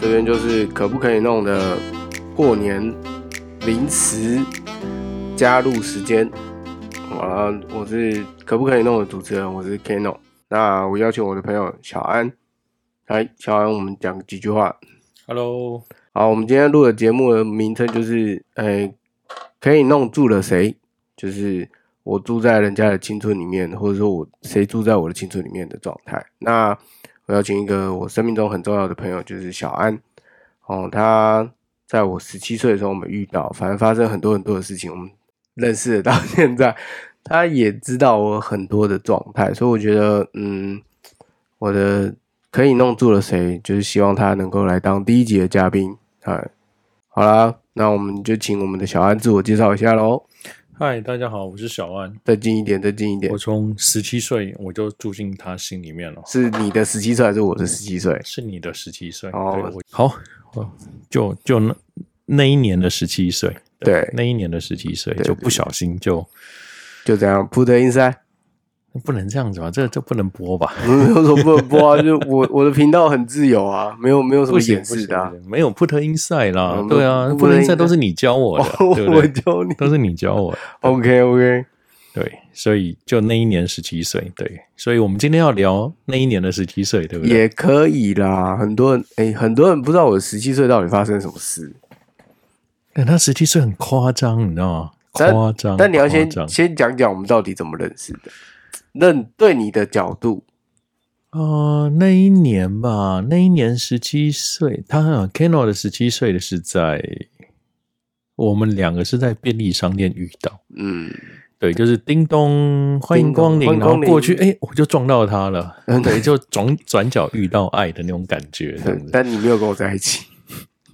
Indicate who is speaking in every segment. Speaker 1: 边就是可不可以弄的过年临时加入时间。啊，我是可不可以弄的主持人，我是 Kano。那我邀请我的朋友小安，来，小安，我们讲几句话。
Speaker 2: Hello，
Speaker 1: 好，我们今天录的节目的名称就是，诶、可以弄住了谁？就是我住在人家的青春里面，或者说我谁住在我的青春里面的状态。那我邀请一个我生命中很重要的朋友，就是小安。哦，他在我十七岁的时候，我们遇到，反正发生很多很多的事情，我们 认识了到现在，他也知道我很多的状态，所以我觉得，嗯，我的可以弄住了谁，就是希望他能够来当第一集的嘉宾。哎，好啦，那我们就请我们的小安自我介绍一下喽。
Speaker 2: 嗨，大家好，我是小安。
Speaker 1: 再近一点，再近一点
Speaker 2: 我，从十七岁我就住进他心里面了，
Speaker 1: 是你的十七岁还是我的十七岁？
Speaker 2: 是你的十七岁。
Speaker 1: 哦
Speaker 2: 对我好，我就就那那一年的十七岁，
Speaker 1: 对
Speaker 2: 那一年的十七岁
Speaker 1: 对
Speaker 2: 就不小心就
Speaker 1: 就这样，扑的 inside。
Speaker 2: 不能这样子吧？这这不能播吧？
Speaker 1: 没有什么不能播啊，就我我的频道很自由啊，没有没有什
Speaker 2: 不
Speaker 1: 么
Speaker 2: 行
Speaker 1: 掩
Speaker 2: 不
Speaker 1: 饰
Speaker 2: 行
Speaker 1: 的、啊
Speaker 2: 不。行没有 put
Speaker 1: 我
Speaker 2: inside 啦，
Speaker 1: 们
Speaker 2: 对啊
Speaker 1: put
Speaker 2: ，put
Speaker 1: inside
Speaker 2: inside 都是你教我的，对不
Speaker 1: 我
Speaker 2: 对？
Speaker 1: 教你
Speaker 2: 都是你教我的，
Speaker 1: ，OK OK，
Speaker 2: 对，所以就那一年十七岁，对，所以我们今天要聊那一年的十七岁，对不对？
Speaker 1: 也可以啦。很多人哎、很多人不知道我十七岁到底发生什么事，
Speaker 2: 但他十七岁很夸张，你知道吗？
Speaker 1: 但
Speaker 2: 夸张，
Speaker 1: 但你要先
Speaker 2: 夸张
Speaker 1: 先讲讲我们到底怎么认识的，认对你的角度，
Speaker 2: 呃，那一年吧，那一年十七岁，他 Kano 的十七岁的是在我们两个是在便利商店遇到，
Speaker 1: 嗯，
Speaker 2: 对，就是叮咚，欢迎光临，
Speaker 1: 欢迎
Speaker 2: 然后
Speaker 1: 光临
Speaker 2: 过去，哎，我就撞到他了，
Speaker 1: 嗯
Speaker 2: 对，就转转角遇到爱的那种感觉，这样子
Speaker 1: 但你没有跟我在一起，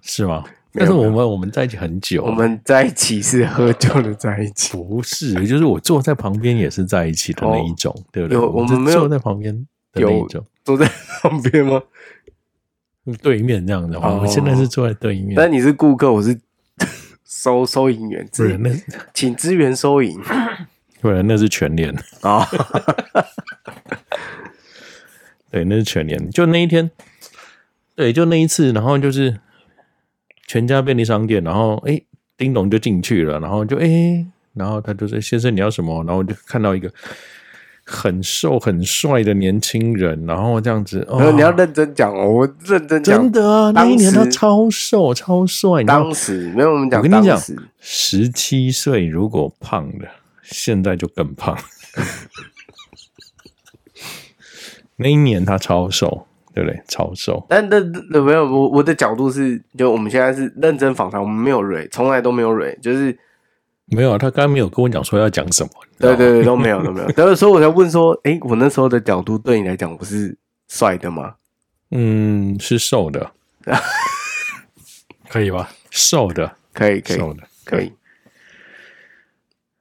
Speaker 2: 是吗？
Speaker 1: 没有
Speaker 2: 但是
Speaker 1: 没
Speaker 2: 我
Speaker 1: 有
Speaker 2: 们我们在一起很久
Speaker 1: 我
Speaker 2: 了，
Speaker 1: 们在一起是喝酒的在一 起，
Speaker 2: 不是，就是我坐在旁边也是在一起的那一种，对不对？
Speaker 1: 有
Speaker 2: 我
Speaker 1: 我们
Speaker 2: 们是
Speaker 1: 没有
Speaker 2: 坐在旁边的那一
Speaker 1: 有
Speaker 2: 种，
Speaker 1: 坐在旁边吗？
Speaker 2: 对面这样的。
Speaker 1: 哦
Speaker 2: 我们现在是坐在对面，
Speaker 1: 但你是顾客，我是 收收银员，
Speaker 2: 不
Speaker 1: 支
Speaker 2: 然那
Speaker 1: 请支援收 银
Speaker 2: 不然那是全脸，
Speaker 1: 啊。
Speaker 2: 对，那是全脸。就那一天，对，就那一次，然后就是全家便利商店，然后哎，叮咚就进去了，然后就哎，然后他就说：“先生，你要什么？”然后我就看到一个。很瘦很帅的年轻人，然后这样子，哦
Speaker 1: 然 后你要认真讲哦，我认真讲。
Speaker 2: 真的啊，那
Speaker 1: 当
Speaker 2: 一年他
Speaker 1: 时
Speaker 2: 超瘦超帅，你知道
Speaker 1: 当时没有我们讲，
Speaker 2: 我跟你
Speaker 1: 当
Speaker 2: 讲
Speaker 1: 时
Speaker 2: 十七岁如果胖了，现在就更 胖。那一年他超瘦，对不对？超瘦，
Speaker 1: 但那那没有我我的角度是，就我们现在是认真访谈，我们没有蕊，从来都没有蕊，
Speaker 2: 哦
Speaker 1: 就是
Speaker 2: 没有啊，他刚刚没有跟我讲说要讲什么。你知道
Speaker 1: 对
Speaker 2: 吗
Speaker 1: 对对都没有 都没有。所以说我才问说，诶，我那时候的角度对你来讲，我是帅的吗？
Speaker 2: 嗯，是瘦的，可以吧？瘦的，
Speaker 1: 可以可以
Speaker 2: 瘦的
Speaker 1: 可以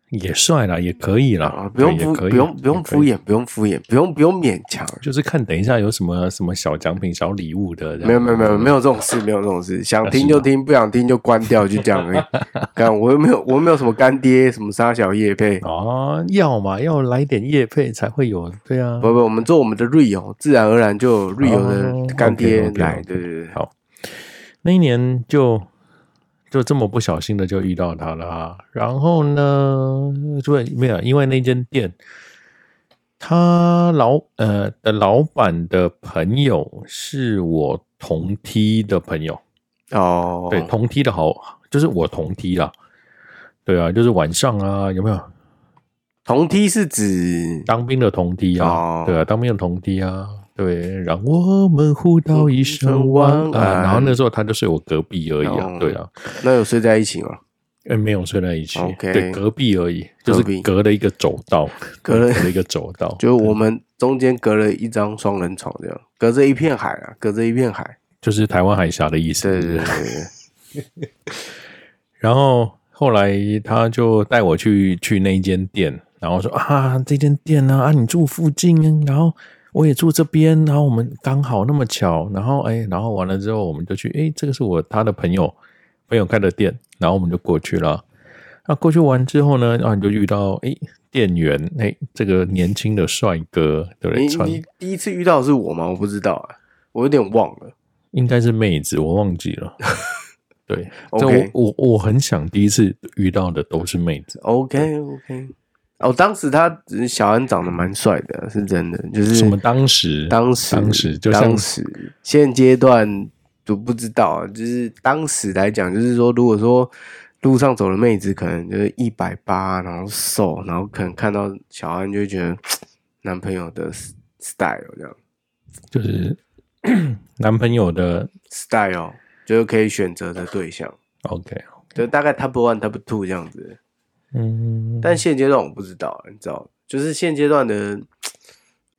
Speaker 2: 也帅啦，也可以啦，
Speaker 1: 啊，不用
Speaker 2: 对
Speaker 1: 敷
Speaker 2: 也可以
Speaker 1: 不用不用
Speaker 2: 也
Speaker 1: 敷
Speaker 2: 可以
Speaker 1: 衍，不用敷衍，不用不用勉强。
Speaker 2: 就是看等一下有什么什么小奖品、小礼物的。这样嗯啊
Speaker 1: 没有没有没有没有这种事，没有这种事，想听就听，不想听就关掉，就这样 而已。干，我又没有我又没有什么干爹，什么沙小叶配，
Speaker 2: 啊，要嘛要来点叶配才会有，对啊，
Speaker 1: 不不，我们做我们的 real，自然而然就有 real
Speaker 2: 哦
Speaker 1: 的干爹
Speaker 2: OK，OK，OK
Speaker 1: 来，对对对，
Speaker 2: 好，那一年就就这么不小心的就遇到他了啊。然后呢，对，没有，因为那间店，他老呃的老板的朋友是我同梯的朋友，
Speaker 1: 哦，
Speaker 2: 对，同梯的好，就是我同梯啦。对啊，就是晚上啊，有没有
Speaker 1: 同梯是指
Speaker 2: 当兵的同梯啊？
Speaker 1: 哦
Speaker 2: 对啊，当兵的同梯啊。对，让我们互道一声晚
Speaker 1: 晚安
Speaker 2: 安。然后那时候他就睡我隔壁而已啊
Speaker 1: 哦，
Speaker 2: 对啊。
Speaker 1: 那有睡在一起吗？
Speaker 2: 哎，没有睡在一起
Speaker 1: OK
Speaker 2: 对，隔壁而已，
Speaker 1: 隔
Speaker 2: 就
Speaker 1: 壁
Speaker 2: 是隔了一个走道，
Speaker 1: 隔了
Speaker 2: 隔了一个走道，
Speaker 1: 就我们中间隔了一张双人床，这样隔着一片海啊，隔着一片海，
Speaker 2: 就是台湾海峡的意思。
Speaker 1: 对对对对对，
Speaker 2: 然后后来他就带我去去那一间店，然后说啊，这间店呢啊，你住附近，然后我也住这边，然后我们刚好那么巧，然后哎，然后完了之后我们就去，哎，这个是我他的朋友朋友开的店，然后我们就过去了。那过去完之后呢，然后你就遇到哎店员哎这个年轻的帅哥，对不对？
Speaker 1: 你
Speaker 2: 穿
Speaker 1: 你第一次遇到的是我吗？我不知道啊，我有点忘了，
Speaker 2: 应该是妹子，我忘记 了。对，但
Speaker 1: OK
Speaker 2: 我我我很想第一次遇到的都是妹子，
Speaker 1: OK OK，哦，当时他小安长得蛮帅的，是真的，就是
Speaker 2: 什么当时
Speaker 1: 嗯当时
Speaker 2: 当时就像
Speaker 1: 当时现阶段就不知道啊，就是当时来讲，就是说如果说路上走的妹子可能就是一百八，然后瘦，然后可能看到小安就会觉得男朋友的 style 这样
Speaker 2: 就是 男朋友的
Speaker 1: style 就是可以选择的对象，
Speaker 2: OK，
Speaker 1: 就大概 top one top two 这样子。
Speaker 2: 嗯，
Speaker 1: 但现阶段我不知道，你知道，就是现阶段的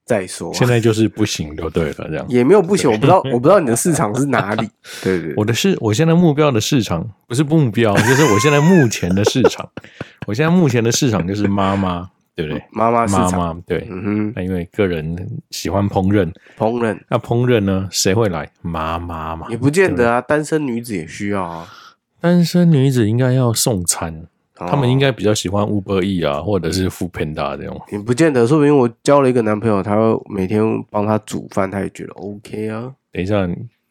Speaker 1: 再说啊、
Speaker 2: 现在就是不行就对了，这样。
Speaker 1: 也没有不行，我 不知道，我不知道你的市场是哪里。对对对
Speaker 2: 我的市，我现在目标的市场不是目标，就是我现在目前的市场， 我现在目前的市场就是妈妈，对不对？
Speaker 1: 妈妈市
Speaker 2: 妈
Speaker 1: 场，
Speaker 2: 妈对，
Speaker 1: 嗯
Speaker 2: 那因为个人喜欢烹饪，
Speaker 1: 哼，烹饪
Speaker 2: 那烹饪呢，谁会来？妈妈嘛
Speaker 1: 也。不见得啊，单身女子也需要啊。
Speaker 2: 单身女子应该要送餐，
Speaker 1: 哦
Speaker 2: 她们应该比较喜欢 Uber E 啊，或者是 Food Panda 这种。
Speaker 1: 哦也不见得，说不定我交了一个男朋友，他会每天帮他煮饭，他也觉得 OK 啊。
Speaker 2: 等一下，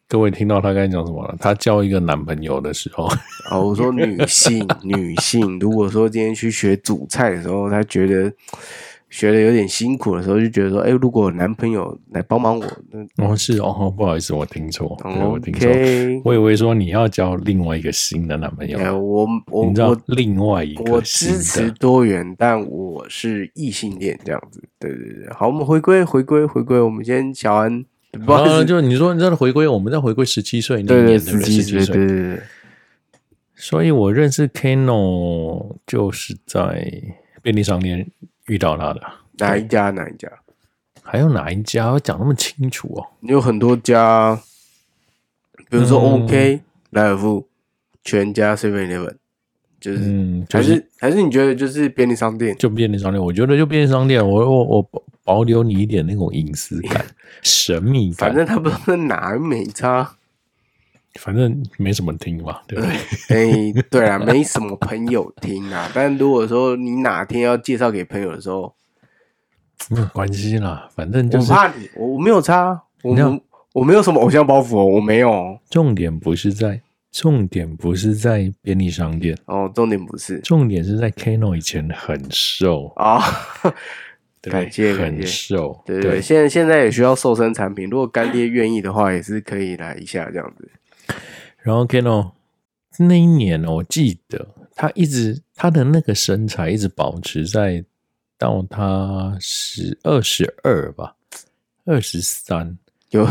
Speaker 2: 各位听到她刚才讲什么了？她交一个男朋友的时候，
Speaker 1: 哦，我说女性，女性，如果说今天去学煮菜的时候，她觉得学的有点辛苦的时候，就觉得说，哎，如果有男朋友来帮忙我，那
Speaker 2: 哦是哦，不好意思，我听错，对我听错，
Speaker 1: OK。
Speaker 2: 我以为说你要交另外一个新的男朋友，
Speaker 1: 哎，我我
Speaker 2: 你知道
Speaker 1: 我
Speaker 2: 另外一个
Speaker 1: 我
Speaker 2: 新
Speaker 1: 支持
Speaker 2: 的，啊
Speaker 1: 多元，但我是异性恋这样子。对对对，好，我们回归回归回归，我们先小安，不好意
Speaker 2: 啊，
Speaker 1: 思，
Speaker 2: 就你说你知道回归，我们在回归十七岁那
Speaker 1: 对
Speaker 2: 一
Speaker 1: 对，
Speaker 2: 年，
Speaker 1: 十
Speaker 2: 对不对？
Speaker 1: 七
Speaker 2: 十
Speaker 1: 岁，
Speaker 2: 七
Speaker 1: 对
Speaker 2: 岁，
Speaker 1: 对对，
Speaker 2: 所以我认识 Kano 就是在便利商店遇到他的。
Speaker 1: 哪一家哪一家？
Speaker 2: 还有哪一家要讲那么清楚哦？
Speaker 1: 有很多家，比如说
Speaker 2: 嗯
Speaker 1: OK、莱尔富、全家、Seven Eleven，就是
Speaker 2: 嗯，就
Speaker 1: 还
Speaker 2: 是
Speaker 1: 是还是你觉得就是便利商店？
Speaker 2: 就便利商店，我觉得就便利商店，我我我保保留你一点那种隐私 感、神秘感，
Speaker 1: 反正他不知道在哪，没差。
Speaker 2: 反正没什么听嘛，对不对？
Speaker 1: 哎，对啊，没什么朋友听啊。但如果说你哪天要介绍给朋友的时候，
Speaker 2: 没有关系啦，反正就
Speaker 1: 我
Speaker 2: 是
Speaker 1: 怕你，我我没有差啊，我
Speaker 2: 你知道
Speaker 1: 没我没有什么偶像包袱哦，我没有哦。
Speaker 2: 重点不是在重点不是在便利商店，
Speaker 1: 哦，重点不是
Speaker 2: 重点是在 Kano 以前很瘦，
Speaker 1: 啊，
Speaker 2: 对
Speaker 1: 感谢感
Speaker 2: 很
Speaker 1: 谢
Speaker 2: 瘦，
Speaker 1: 对对，对，现在现在也需要瘦身产品，如果干爹愿意的话，也是可以来一下这样子。
Speaker 2: 然后 Kano 那一年哦我记得他一直他的那个身材一直保持在到他十二十二吧，二十三
Speaker 1: 有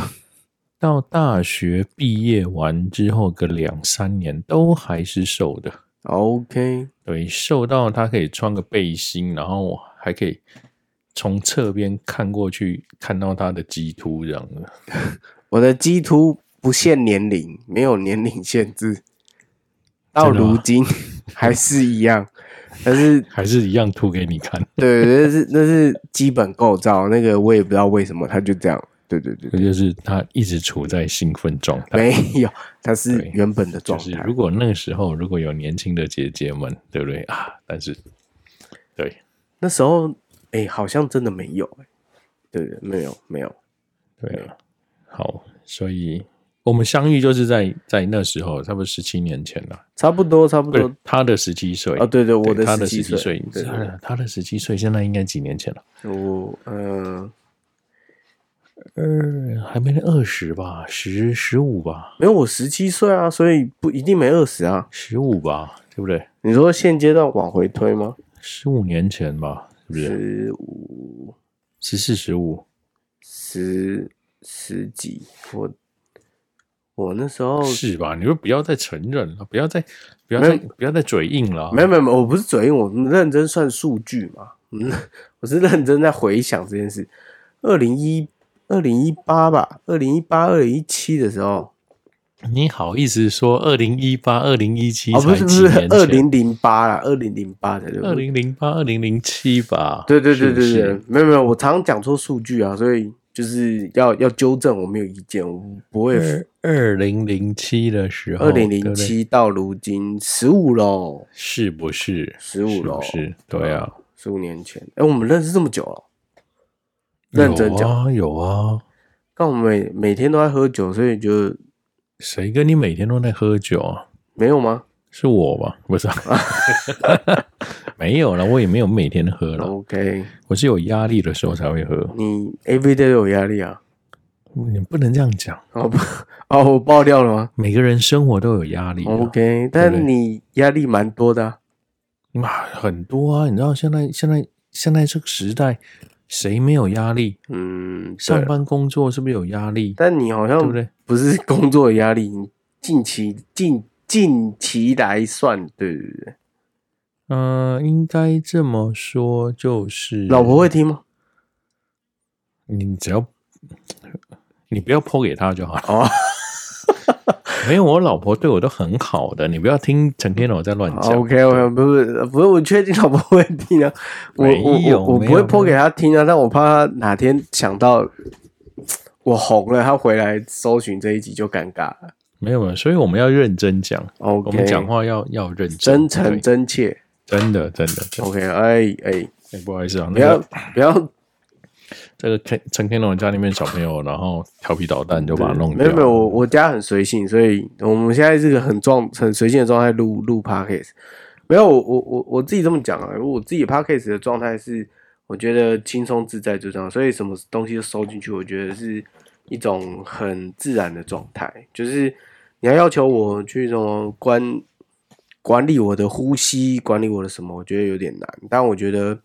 Speaker 2: 到大学毕业完之后个两三年都还是瘦的，
Speaker 1: OK，
Speaker 2: 对，瘦到他可以穿个背心，然后还可以从侧边看过去看到他的鸡突这样的。
Speaker 1: 我的鸡突不限年龄，没有年龄限制，到
Speaker 2: 真的吗
Speaker 1: 如今还是一样。但是，
Speaker 2: 还是一样吐给你看，
Speaker 1: 对，那是那是基本构造，那个我也不知道为什么他就这样。对对对，
Speaker 2: 这就是他一直处在兴奋状态。
Speaker 1: 没有，它是
Speaker 2: 对
Speaker 1: 原本的
Speaker 2: 就
Speaker 1: 状
Speaker 2: 是
Speaker 1: 态。
Speaker 2: 如果那个时候如果有年轻的姐姐们，对不对啊？但是，对，
Speaker 1: 那时候，哎、好像真的没有、哎对对，没有没有。
Speaker 2: 对啊，好，所以我们相遇就是在在那时候，差不多十七年前了。
Speaker 1: 差不多，差不
Speaker 2: 不
Speaker 1: 多
Speaker 2: 是他的十七岁
Speaker 1: 啊！对对，我
Speaker 2: 对他
Speaker 1: 的
Speaker 2: 的
Speaker 1: 七
Speaker 2: 十七
Speaker 1: 岁
Speaker 2: 岁，，啊
Speaker 1: 对对对
Speaker 2: 他的十七岁，现在应该几年前了？
Speaker 1: 我呃，
Speaker 2: 二还没二十吧，十十五吧，
Speaker 1: 没有我十七岁啊，所以不一定没二十啊。
Speaker 2: 十五吧，对不对？
Speaker 1: 你说现阶段往回推吗？
Speaker 2: 十五年前吧，是不是？
Speaker 1: 十五、
Speaker 2: 十四、十五，
Speaker 1: 十十几，我我那时候
Speaker 2: 是吧？你就不要再承认了，不要再，不要再，不要再嘴硬了。
Speaker 1: 没有没有没有，我不是嘴硬，我认真算数据嘛。嗯， 我是认真在回想这件事。二零一二零一八吧，二零一八二零一七的时候，
Speaker 2: 你好意思说二零一八、二零一七
Speaker 1: 哦不
Speaker 2: 才
Speaker 1: 是不
Speaker 2: 几
Speaker 1: 是
Speaker 2: 年
Speaker 1: 二
Speaker 2: 前？
Speaker 1: 零零八啦，二零零八才对不对
Speaker 2: 二零零八、二零零七吧？
Speaker 1: 对对对
Speaker 2: 是不
Speaker 1: 对
Speaker 2: 是
Speaker 1: 对，没有没有，我常讲错数据啊，所以就是要要纠正，我没有意见，我不会。
Speaker 2: 二二零零七的时候，
Speaker 1: 二零零
Speaker 2: 对不嗯哦对
Speaker 1: 七到如今十五喽，
Speaker 2: 是不是？
Speaker 1: 15
Speaker 2: 是
Speaker 1: 咯
Speaker 2: 不是？对啊，
Speaker 1: 十五年前，哎，我们认识这么久了，嗯认真
Speaker 2: 有啊，有啊，
Speaker 1: 但我们每每天都在喝酒，所以就
Speaker 2: 谁跟你每天都在喝酒啊？
Speaker 1: 没有吗
Speaker 2: 是我吧？不是啊、没有了，我也没有每天喝
Speaker 1: 哦
Speaker 2: 了，
Speaker 1: ？OK，
Speaker 2: 我是有压力的时候才会喝。
Speaker 1: 你 every day 都有压力啊？
Speaker 2: 你不能这样讲，
Speaker 1: 哦不，哦我爆掉了吗
Speaker 2: 每个人生活都有压力、啊。
Speaker 1: 哦？OK，
Speaker 2: 对不
Speaker 1: 但
Speaker 2: 对
Speaker 1: 你压力蛮多的啊、
Speaker 2: 哇，很多啊！你知道现在现在现在这个时代，谁没有压力？
Speaker 1: 嗯，
Speaker 2: 上
Speaker 1: 对。
Speaker 2: 班工作是不是有压力？
Speaker 1: 但你好
Speaker 2: 对不
Speaker 1: 像
Speaker 2: 对？
Speaker 1: 不是工作的压力，你近期近近期来算，对对对。
Speaker 2: 嗯、应该这么说，就是
Speaker 1: 老婆会听吗？
Speaker 2: 你只要你不要剖给她就好了。
Speaker 1: 哦，
Speaker 2: 没有，我老婆对我都很好的，你不要听陈天龙在乱
Speaker 1: 好
Speaker 2: 讲。
Speaker 1: 哦 OK OK，不是不是，我确定老婆会听啊，我我
Speaker 2: 没有
Speaker 1: 我我
Speaker 2: 没
Speaker 1: 不
Speaker 2: 有
Speaker 1: 会
Speaker 2: 没
Speaker 1: 播
Speaker 2: 有
Speaker 1: 给她听啊，但我怕她哪天想到我红了，她回来搜寻这一集就尴尬了。
Speaker 2: 没有没有，所以我们要认真讲
Speaker 1: OK，
Speaker 2: 我们讲话要要认真，
Speaker 1: 真诚真切。
Speaker 2: 对，真的真的真的。
Speaker 1: OK，哎哎，
Speaker 2: 哎、不好意思啊，
Speaker 1: 不
Speaker 2: 那
Speaker 1: 要
Speaker 2: 个
Speaker 1: 不要，
Speaker 2: 这个陈陈天龙家里面小朋友，然后调皮捣蛋就把它弄
Speaker 1: 嗯没
Speaker 2: 掉。
Speaker 1: 有没有，我我家很随性，所以我们现在是个很状很随性的状态录录 podcast。没有，我我我我自己这么讲啊，我自己 podcast 的状态是，我觉得轻松自在就这样，所以什么东西都收进去，我觉得是一种很自然的状态。就是你要要求我去什么关管理我的呼吸，管理我的什么，我觉得有点难。但我觉得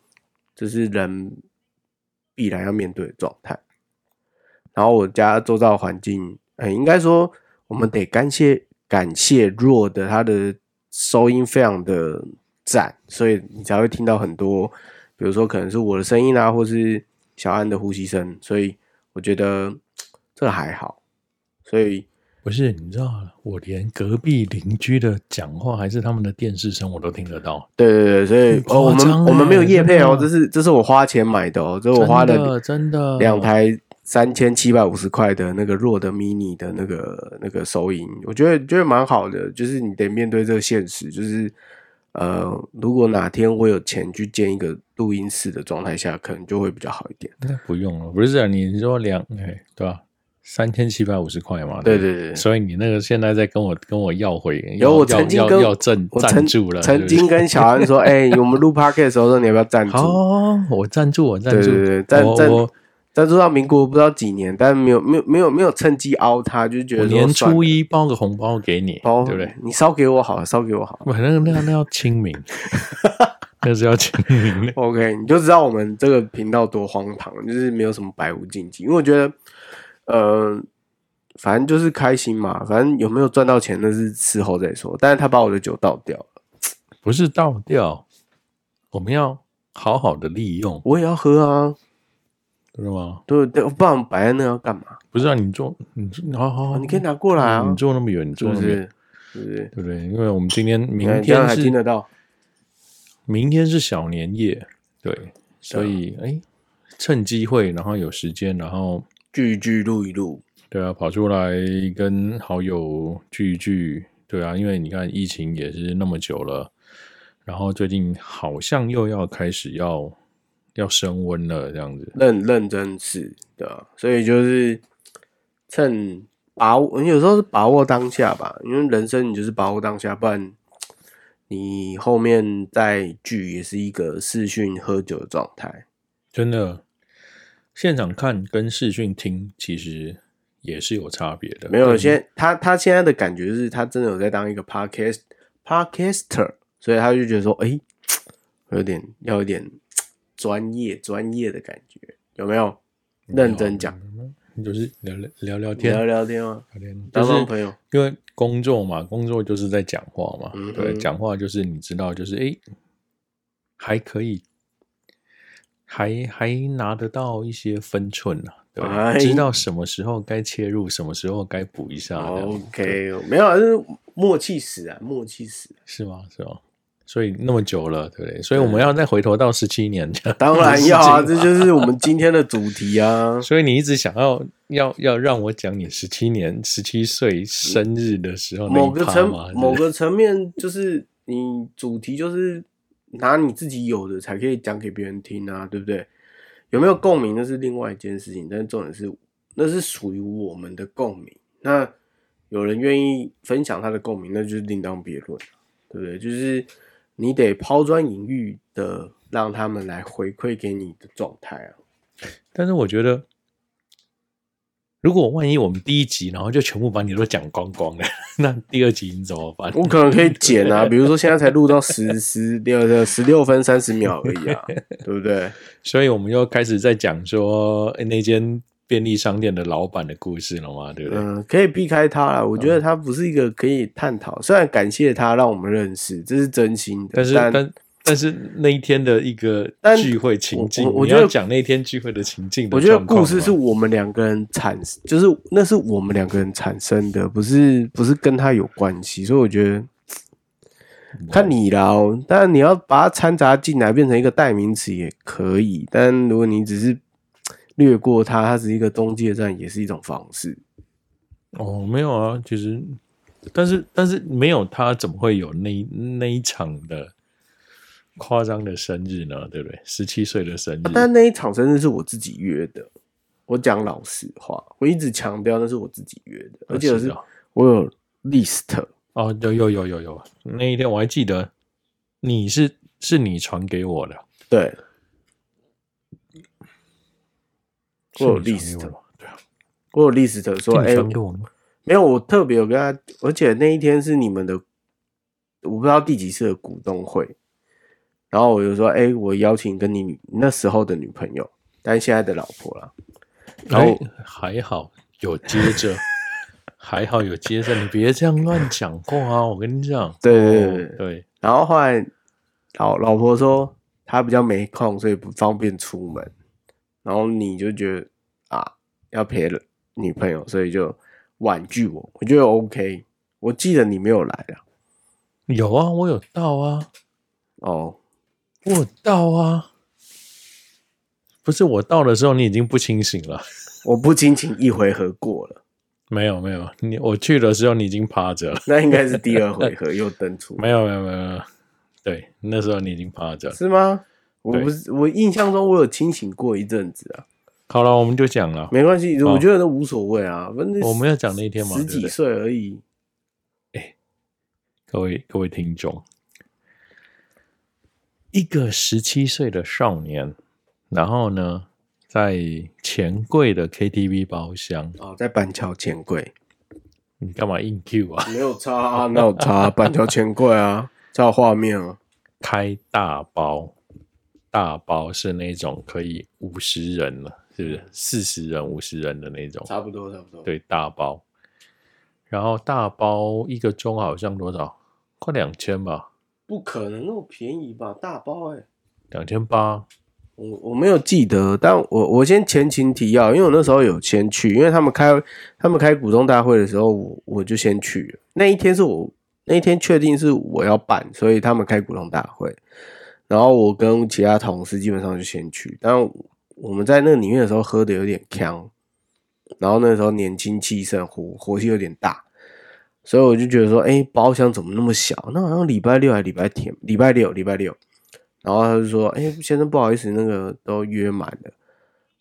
Speaker 1: 这是人必然要面对的状态。然后我家周遭的环境，呃，应该说我们得感谢感谢弱的，它的收音非常的赞，所以你才会听到很多，比如说可能是我的声音啊，或是小安的呼吸声，所以我觉得嘖这还好，所以
Speaker 2: 不是，你知道了，我连隔壁邻居的讲话还是他们的电视声我都听得到。
Speaker 1: 对对对，所以、
Speaker 2: 很
Speaker 1: 哦、我
Speaker 2: 夸张
Speaker 1: 们
Speaker 2: 欸
Speaker 1: 我们没有业配哦，
Speaker 2: 真
Speaker 1: 这
Speaker 2: 的
Speaker 1: 是这是我花钱买的哦，这是我花
Speaker 2: 真
Speaker 1: 了
Speaker 2: 的真的
Speaker 1: 两台三千七百五十块的那个弱的 mini 的那个那个收银，我觉得觉得蛮好的，就是你得面对这个现实，就是呃，如果哪天我有钱去建一个录音室的状态下，可能就会比较好一点。
Speaker 2: 应该不用了，不是、啊、你说两哎对吧、三千七百五十块嘛，
Speaker 1: 对
Speaker 2: 不
Speaker 1: 对对，
Speaker 2: 所以你那个现在在跟我跟我要回，
Speaker 1: 有
Speaker 2: 嗯要
Speaker 1: 我曾经
Speaker 2: 要
Speaker 1: 跟
Speaker 2: 要要赞
Speaker 1: 我曾
Speaker 2: 赞助了，
Speaker 1: 曾经跟小安 说，哎、我们录 podcast 的时候说你要不要赞
Speaker 2: 好、啊
Speaker 1: 助？
Speaker 2: 我赞助我赞
Speaker 1: 对
Speaker 2: 助，
Speaker 1: 对对，赞
Speaker 2: 我
Speaker 1: 赞
Speaker 2: 我
Speaker 1: 赞助到民国不知道几年，但没有没有没有没有趁机凹他，就是觉
Speaker 2: 我
Speaker 1: 得说
Speaker 2: 年
Speaker 1: 算
Speaker 2: 初
Speaker 1: 了
Speaker 2: 一包个红包给你，
Speaker 1: 包，
Speaker 2: 对不对？
Speaker 1: 你烧给我好了，烧给我好了。
Speaker 2: 不，那个那个那要 清明，那是要清明的。
Speaker 1: OK，你就知道我们这个频道多荒唐，就是没有什么百无禁忌。因为我觉得，呃，反正就是开心嘛，反正有没有赚到钱那是事后再说。但是他把我的酒倒掉了，
Speaker 2: 不是倒掉，我们要好好的利用，
Speaker 1: 我也要喝啊，
Speaker 2: 知道吗？
Speaker 1: 对对，不然摆在那要干嘛？
Speaker 2: 不是让、你做，你做好好好，
Speaker 1: 你可以拿过来啊，
Speaker 2: 你坐那么远，你
Speaker 1: 是
Speaker 2: 坐
Speaker 1: 不
Speaker 2: 那么远，
Speaker 1: 是？是不是？
Speaker 2: 对不对？因为我们今天明
Speaker 1: 你看这样
Speaker 2: 天
Speaker 1: 还
Speaker 2: 是
Speaker 1: 听得到？
Speaker 2: 明天是小年夜，对，
Speaker 1: 啊
Speaker 2: 所以哎，趁机会，然后有时间，然后
Speaker 1: 聚一聚，录一录，
Speaker 2: 对啊，跑出来跟好友聚一聚，对啊，因为你看疫情也是那么久了，然后最近好像又要开始要要升温了，这样子，
Speaker 1: 认认真是对啊，所以就是趁把握，有时候是把握当下吧，因为人生你就是把握当下，不然你后面再聚也是一个视讯喝酒的状态。
Speaker 2: 真的，现场看跟视讯听其实也是有差别的，
Speaker 1: 没有，
Speaker 2: 跟
Speaker 1: 现在他他现在的感觉是他真的有在当一个 podcast podcaster，所以他就觉得说，哎、有点要有点专业专业的感觉，有没有？认真讲，，
Speaker 2: 啊就是聊聊聊聊天，
Speaker 1: 聊聊天吗？
Speaker 2: 聊天，
Speaker 1: 当
Speaker 2: 就是
Speaker 1: 当朋友，
Speaker 2: 因为工作嘛，工作就是在讲话嘛，
Speaker 1: 嗯哼
Speaker 2: 对，讲话就是你知道，就是诶，还可以，还还拿得到一些分寸啊，对，
Speaker 1: 哎
Speaker 2: 知道什么时候该切入，什么时候该补一下这样子对
Speaker 1: OK，没有啊，就是默契死啊，默契死、
Speaker 2: 是吗？是吗？所以那么久了，对不对？所以我们要再回头到十七年，
Speaker 1: 当然要啊，
Speaker 2: 十七
Speaker 1: 这
Speaker 2: 年
Speaker 1: 就是我们今天的主题啊。
Speaker 2: 所以你一直想要要要让我讲你十七年、十七岁生日的时候那
Speaker 1: 某
Speaker 2: 一
Speaker 1: 个
Speaker 2: 趴
Speaker 1: 层
Speaker 2: 嘛，对不对
Speaker 1: 某个层面，就是你主题就是拿你自己有的才可以讲给别人听啊，对不对？有
Speaker 2: 嗯
Speaker 1: 没有共鸣那是另外一件事情，但是重点是那是属于我们的共鸣。那有人愿意分享他的共鸣，那就是另当别论，对不对？就是你得抛砖引玉的，让他们来回馈给你的状态啊。
Speaker 2: 但是我觉得，如果万一我们第一集，然后就全部把你都讲光光了， 那第二集你怎么办？
Speaker 1: 我可能可以剪啊，比如说现在才录到十十六十六分三十秒而已啊，对不对？
Speaker 2: 所以我们又开始在讲说诶那间便利商店的老板的故事了嘛，对嗯不对？
Speaker 1: 嗯，可以避开他啦。我觉得他不是一个可以探讨，虽然感谢他让我们认识，这是真心的，
Speaker 2: 但是但但是那一天的一个
Speaker 1: 但
Speaker 2: 聚会情境，
Speaker 1: 我我我
Speaker 2: 你
Speaker 1: 觉得
Speaker 2: 要讲那天聚会的情境的
Speaker 1: 我觉得
Speaker 2: 状况
Speaker 1: 故事
Speaker 2: 嘛
Speaker 1: 是我们两个人产，就是那是我们两个人产生的，不是不是跟他有关系，所以我觉得
Speaker 2: 嗯
Speaker 1: 看你啦、哦。但你要把它掺杂进来，变成一个代名词也可以。但如果你只是略过它，它只是一个中介站，也是一种方式。
Speaker 2: 哦，没有啊，其实，但是但是没有他，怎么会有那一那一场的夸张的生日呢？对不对？十七岁的生日，
Speaker 1: 啊
Speaker 2: 哦
Speaker 1: 但那一场生日是我自己约的，我讲老实话，我一直强调那是我自己约的，而且我
Speaker 2: 是
Speaker 1: 是
Speaker 2: 哦
Speaker 1: 我有 list。
Speaker 2: 哦，有有有有有，那一天我还记得，你是是你传给我的，
Speaker 1: 对，我
Speaker 2: 是
Speaker 1: 有
Speaker 2: 你传
Speaker 1: list，
Speaker 2: 给我的，对啊，
Speaker 1: 我有 list 说，
Speaker 2: 是
Speaker 1: 哎、
Speaker 2: 你传给我的吗？
Speaker 1: 没有，我特别有跟他，而且那一天是你们的，我不知道第几次的股东会，然后我就说，哎、我邀请跟你女那时候的女朋友，但现在的老婆啦，然后
Speaker 2: 哎还好有接 着，还好有接着，你别这样乱讲话啊！我跟你讲，
Speaker 1: 对对对
Speaker 2: 哦对，
Speaker 1: 然后后来老老婆说她比较没空，所以不方便出门，然后你就觉得啊要陪女朋友，所以就婉拒我，我觉得 OK，我记得你没有来啊，
Speaker 2: 有啊，我有到啊，
Speaker 1: 哦，
Speaker 2: 我有到啊，不是我到的时候你已经不清醒了，
Speaker 1: 我不仅仅一回合过了。
Speaker 2: 没有没有，你我去的时候你已经趴着了，
Speaker 1: 那应该是第二回合又登出，
Speaker 2: 没有没有没有没有，对，那时候你已经趴着了。
Speaker 1: 是吗？我
Speaker 2: 对
Speaker 1: 不是，我印象中我有清醒过一阵子啊，
Speaker 2: 好了，我们就讲了，
Speaker 1: 没关系，
Speaker 2: 哦
Speaker 1: 我觉得都无所谓啊，反正
Speaker 2: 我们要讲那一天嘛
Speaker 1: 十
Speaker 2: 对不
Speaker 1: 几
Speaker 2: 对
Speaker 1: 岁而已，
Speaker 2: 各位各位听众，一个十七岁的少年，然后呢，在钱柜的 KTV 包厢，
Speaker 1: 哦，在板桥钱柜
Speaker 2: 你干嘛硬 Q 啊？
Speaker 1: 没有差、啊，那有差、啊，板桥钱柜啊，才有画面啊，
Speaker 2: 开大包，大包是那种可以五十人了，是不是？四十人、五十人的那种，
Speaker 1: 差不多差不多，，
Speaker 2: 对，大包。然后大包一个钟好像多少？快两千吧，
Speaker 1: 不可能那么便宜吧，大包哎、
Speaker 2: 两千八。
Speaker 1: 我我没有记得，但我我先前情提要，因为我那时候有先去，因为他们开他们开股东大会的时候，我我就先去了。那一天是我那一天确定是我要办，所以他们开股东大会，然后我跟其他同事基本上就先去，但我们在那个里面的时候喝的有点呛，然后那时候年轻气盛，火火气有点大，所以我就觉得说，哎、包厢怎么那么小？那好像礼拜六还礼拜天，礼拜六礼拜六。然后他就说：“哎、先生，不好意思，那个都约满了。”